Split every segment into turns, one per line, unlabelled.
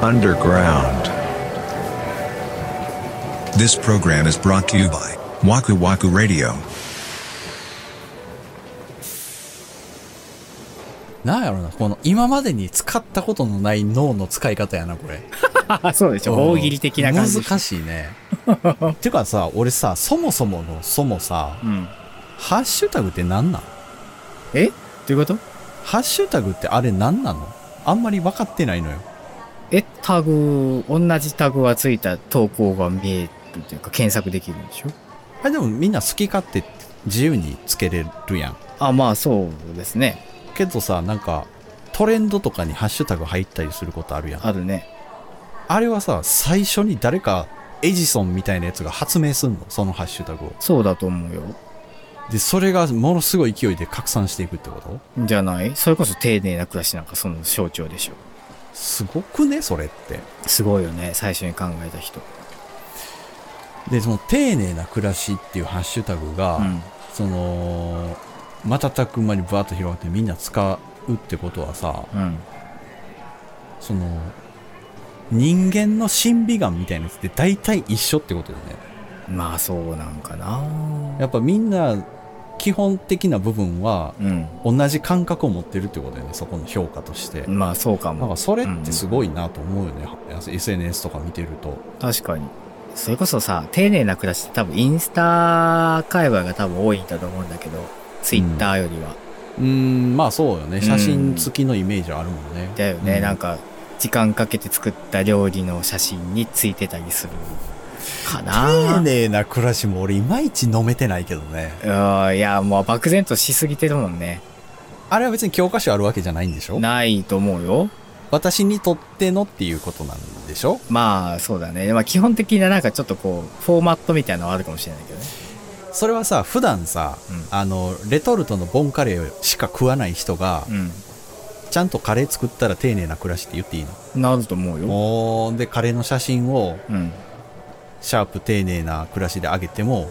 underground.
This program is brought to you by Waku Waku Radio.
なんやろな、この今までに使ったことのない脳の使い方やな、これ。
あ、そうでしょ。 大喜利的な感じ。
難しい ね。てかさ、俺さ、そもそもの、そもさ、
うん。
ハッシュタグって何なん
えどういうこと
ハッシュタグってあれ何なのあんまり分かってないのよ。
え、タグ、同じタグがついた投稿が見えるというか検索できるんでしょ
あれでもみんな好き勝手自由につけれるやん。
あ、まあそうですね。
けどさ、なんか、トレンドとかにハッシュタグ入ったりすることあるやん。
あるね。
あれはさ、最初に誰か、エジソンみたいなやつが発明すんのそのハッシュタグを。
そうだと思うよ。
で、それがものすごい勢いで拡散していくってこと
じゃないそれこそ丁寧な暮らしなんかその象徴でしょ。
すごくねそれって。
すごいよね。最初に考えた人。
で、その、丁寧な暮らしっていうハッシュタグが、
うん。
その、瞬く間にバーッと広がってみんな使うってことはさ、
うん。
その、人間の審美眼みたいなやつって大体一緒ってことだよね。
まあそうなんかな。
やっぱみんな、基本的な部分は、
うん。
同じ感覚を持ってるってことだよね、そこの評価として。
まあそうか
なん
も
か。それってすごいなと思うよね、SNS とか見てると。
確かに。それこそさ、丁寧な暮らしって多分インスタ界隈が多分多いんだと思うんだけど、ツイッターよりは。
うーん、まあそうよね。写真付きのイメージあるもんね。
だよね、
うん
なんか時間かけて作った料理の写真についてたりするか
丁
な
寧な暮らしも俺いまいち飲めてないけどね。
うんいやもう漠然としすぎてるもんね
あれは別に教科書あるわけじゃないんでしょ
ないと思うよ
私にとってのっていうことなんでしょ
まあそうだね、まあ、基本的ななんかちょっとこうフォーマットみたいなのはあるかもしれないけどね
それはさ、普段さ、
うん
あの、レトルトのボンカレーしか食わない人が、ちゃんとカレー作ったら丁寧な暮らしって言っていいの
うんなると思うよ
おーで、カレーの写真を、
うん
シャープ丁寧な暮らしで上げても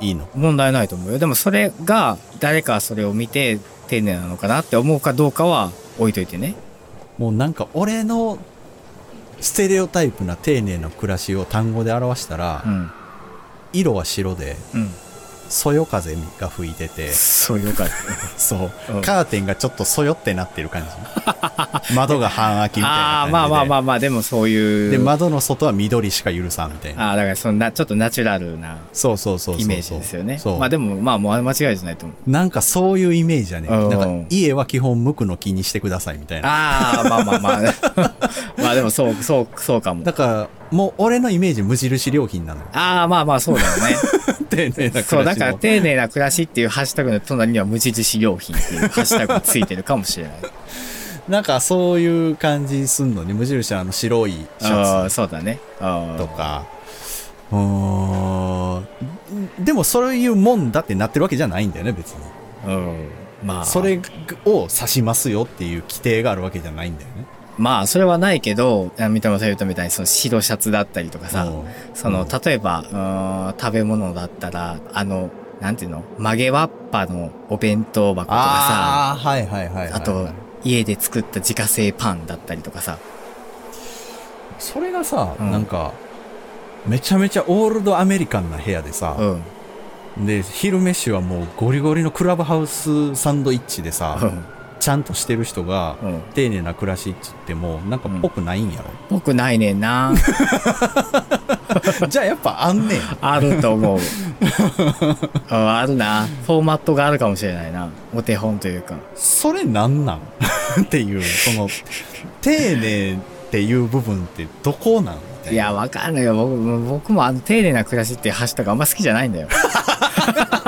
いいの
問題ないと思うよでもそれが誰かそれを見て丁寧なのかなって思うかどうかは置いといてね
もうなんか俺のステレオタイプな丁寧な暮らしを単語で表したら、
うん
色は白で、
うん
そよ風が吹いてて、
そうよかった
そう、
うん
カーテンがちょっとそよってなってる感 じ。窓が半開きみたい
ああ
な感じで。
ーまあまあまあまあでもそういう
で、窓の外は緑しか許さんみたいな。
ああ、だからそんな、ちょっとナチュラルな
そうそうそうそうそう。
イメージですよね。
そう。
まあでも、まあもう間違いじゃないと思う。
なんかそういうイメージやね。
うん
なんか家は基本無垢の木にしてくださいみたいな。
ああ、まあまあまあ。 まあでもそう、そう、そうかも
だ。から、もう俺のイメージ無印良品なの よ。
ああ、まあまあそうだよね。
丁寧な暮らしの
そう、だから丁寧な暮らしっていうハッシュタグの隣には無印良品っていうハッシュタグがついてるかもし れない。
なんかそういう感じすんのに無印のあの白いシ
あ
ャ
あ、
ツ
そうだね。あ
と
あ。
か。うーん。でもそういうもんだってなってるわけじゃないんだよね、別に。
うん。まあ、
それを指しますよっていう規定があるわけじゃないんだよね。
まあ、それはないけど、あ三田村さん言ったみたいに、その白シャツだったりとかさ、
うん
その、例えば、うーん、食べ物だったら、あの、なんていうの曲げわっぱのお弁当箱とかさ、
ああ、はいはいはいはい、はい。
あと、家で作った自家製パンだったりとかさ、
それがさ、
うん
なんか、めちゃめちゃオールドアメリカンな部屋で
う
さ、
ん、
で、昼飯はもうゴリゴリのクラブハウスサンドイッチで
う
さ、
ん、
ちゃんとしてる人が、
うん。
丁寧な暮らしって言っても、なんかっぽくないんやろ。
僕ないねんな。
じゃあやっぱあんねん。
ある と思う。うんあるな。フォーマットがあるかもしれないな。お手本というか。
それなん なんっていう、その、丁寧っていう部分ってどこなんみた
いや、わかんないよ。僕も僕もあの、丁寧な暮らしっていうハッシュタグあんま好きじゃないんだよ。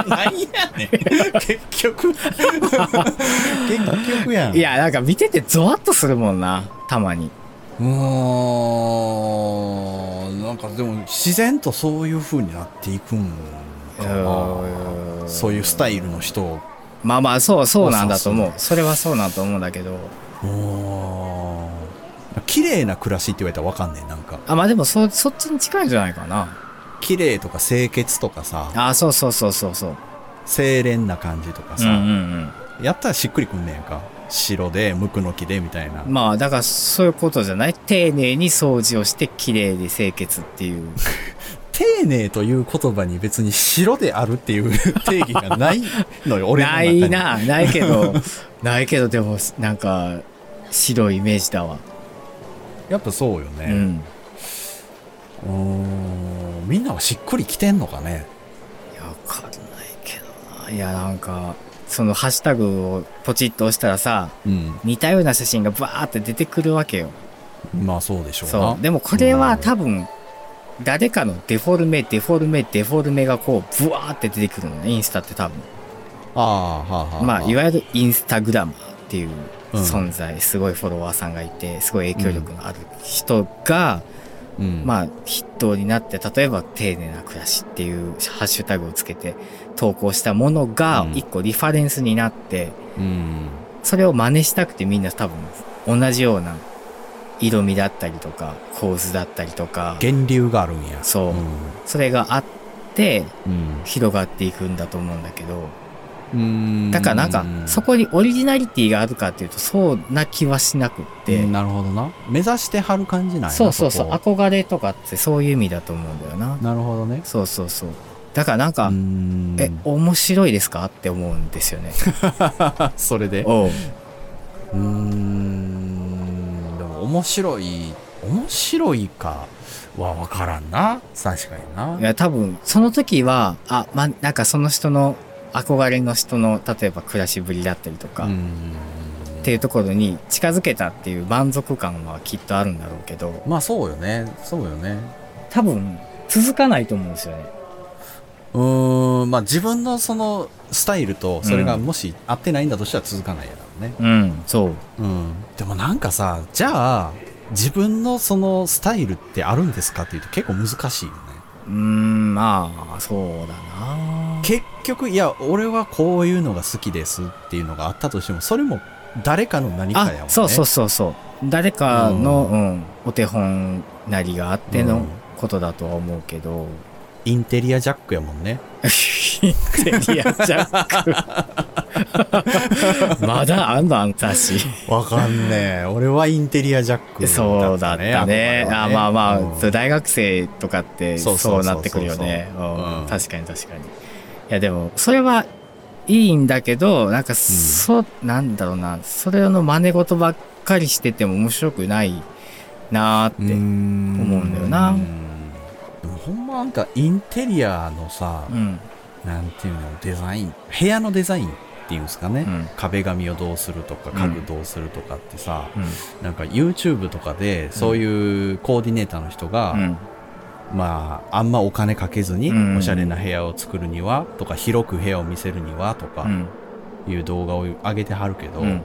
なんや ねん。結局、 結局やん。
い、や、なんか見ててゾワッとするもんな。たまに。
うーん、なんかでも自然とそういう風になっていくんかな。
うん
そういうスタイルの人を。
まあまあ、そう、そうなんだと思。
そう
それはそうなんだと思うんだけど。
うーん綺麗な暮らしって言われたらわかんねえ。なんか、
あ、まあでも、そ、そっちに近いんじゃないかな。
綺麗とか清潔とかさ、
あ、そうそうそうそうそう。
清廉な感じとか
うんう
さ、
んうん。
やったらしっくりくんねえか。白で無垢の木でみたいな、
まあ、だからそういうことじゃない丁寧に掃除をして、綺麗で清潔っていう。
丁寧という言葉に別に白であるっていう 定義がないのよ、俺の
な
中に。
いな、ないけど、 ないけど、でも、なんか、白いイメージだわ。
やっぱそうよ
う
ね。
ん。
うーん。みんなはしっくりきてんのかね。
いや、わかんないけどな。いや、なんか、そのハッシュタグをポチッと押したらさ、
うん。
似たような写真がバーって出てくるわけよ。
まあそうでしょうな。
そう。でもこれは
うん
多分、誰かのデフォルメ、デフォルメ、デフォルメがこう、ブワーって出てくるのね、インスタって多分。
ああ、はあはあ。
まあ、い
わ
わゆるインスタグラマーっていう
うん
存在、すごいフォロワーさんがいて、すごい影響力のある人が、
ゆる、うん、あ、
まあ、筆頭になって、例えば、丁寧な暮らしっていうハッシュタグをつけて投稿したものが
う、ん
一個リファレンスになって、
うん。
それを真似したくてみんな多分、同じような色味だったりとか、構図だったりとか、
源流があるんや。
そうそれがあって、
うん。
広がっていくんだと思うんだけど、
うん。
だからなんか、そこにオリジナリティがあるかっていうと、そうな気はしなくって、
うんなるほどな。目指してはる感じない
そうそうそう、
こ
憧れとかってそういう意味だと思うんだよな。
なるほどね。
そうそうそう。だからなん
う
か、
ん
え、面白いですかって思うんですよ ね。
それで。う
おう
ーん。でも面白い、面白いかはわからんな。確かにな。
いや、多分、その時は、あ、ま、なんかその人の、憧れの人の、例えば暮らしぶりだったりとか、
う
っ
ん。
ていうところに近づけたっていう満足感はきっとあるんだろうけど、
まあそうよね。そうよね。
多分、続かないと思うんですよね。
うーん。まあ自分のそのスタイルと、それがもし合ってないんだとしたら続かないやろうね。
うん、そう。
うん。でもなんかさ、じゃあ、自分のそのスタイルってあるんですかっていうと結構難しいよね。
うーん、まあ、そうだな。
結局、いや、俺はこういうのが好きですっていうのがあったとしても、それも誰かの何かやもんね。
あ、そうそうそうそう。誰かの、うん、お手本なりがあって
う
の
ん
ことだとは思うけど、
インテリアジャックやもんね。
インテリアジャック。 まだあんのあんたし。
わかんね え。俺はインテリアジャック
そうだったね。あまあまあ、そう大学生とかって
そうそうそう
そ
そう
うなってくるよね。
うん
うん確かに確かに。いやでも、それはいいんだけど、なんかそ、なんだろうな、それの真似事ばっかりしてても面白くないなーって。うん。
思
うんだよな
でもほんまなんかインテリアのさ、なんていうの、デザイン、部屋のデザインっていうんですかね。
うん
壁紙をどうするとか
うん
家具どうするとかってさ、
うん
なんか YouTube とかでそういうコーディネーターの人が、
うん
まああんまお金かけずに
うん
おしゃれな部屋を作るにはとか広く部屋を見せるにはと
う
か
ん
いう動画を上げてはるけど、
うん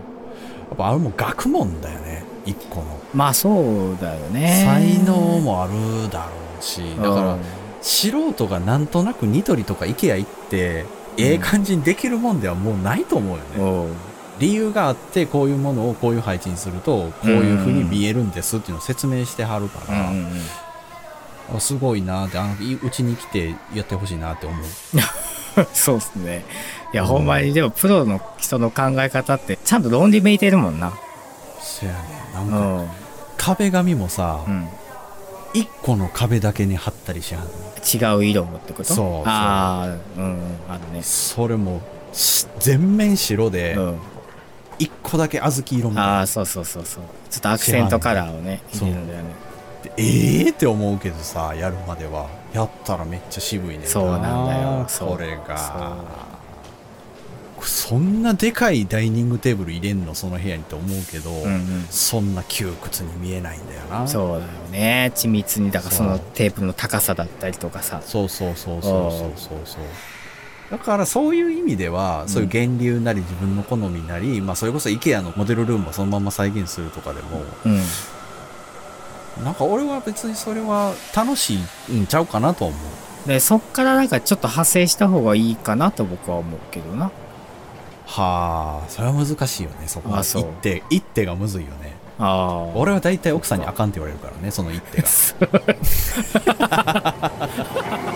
やっぱあれも学問だよね一個の、
まあそうだよね。
才能もあるだろうしだから素人がなんとなくニトリとか IKEA 行ってええ感じにできるもんではもうないと思うよね、
うん、おう
理由があってこういうものをこういう配置にするとこういう風に見えるんですっていうのを説明してはるか
う
ら、
んうんうん
あすごいなってあのいうちに来てやってほしいなって思う
そうですね。いや、
うん
ほんまに、でも、プロの人の考え方って、ちゃんと論理めいてるもんな。
せやねな
うん
か
ん。
壁紙もさ、
うん。
一1個の壁だけに貼ったりしはんの
違う色もってこ
そ
と
うそう
ああ、うん、あるね。
それもし全面白で
うん。
1個だけ小豆色みたい
ああ、そうそうそうそう。ちょっとアクセントカラーをね、
知ら
入
ん
れるんだよね。
でええって思うけどさやるまではやったらめっちゃ渋いね
そうなんだよそう
これがそんなでかいダイニングテーブル入れんのその部屋にと思うけど、
うんうん。
そんな窮屈に見えないんだよなう
そうだよね。緻密に、だからそ
そ
の
う
テープの高さだったりとかさ。
そうそうそうそうそうそうそうだからそういう意味では、そういう源流なり自分の好みなり、まあそれこそ IKEA のモデルルームをそのまま再現するとかでも、
うん。
なんか俺は別にそれは楽しいんちゃうかなとは思う。
で、そっからなんかちょっと派生した方がいいかなと僕は思うけどな。
はあ、それは難しいよね、そこは。
あそう
一手、一手がむずいよね。
ああ。
俺は大体奥さんにあかんって言われるからね、その一手が。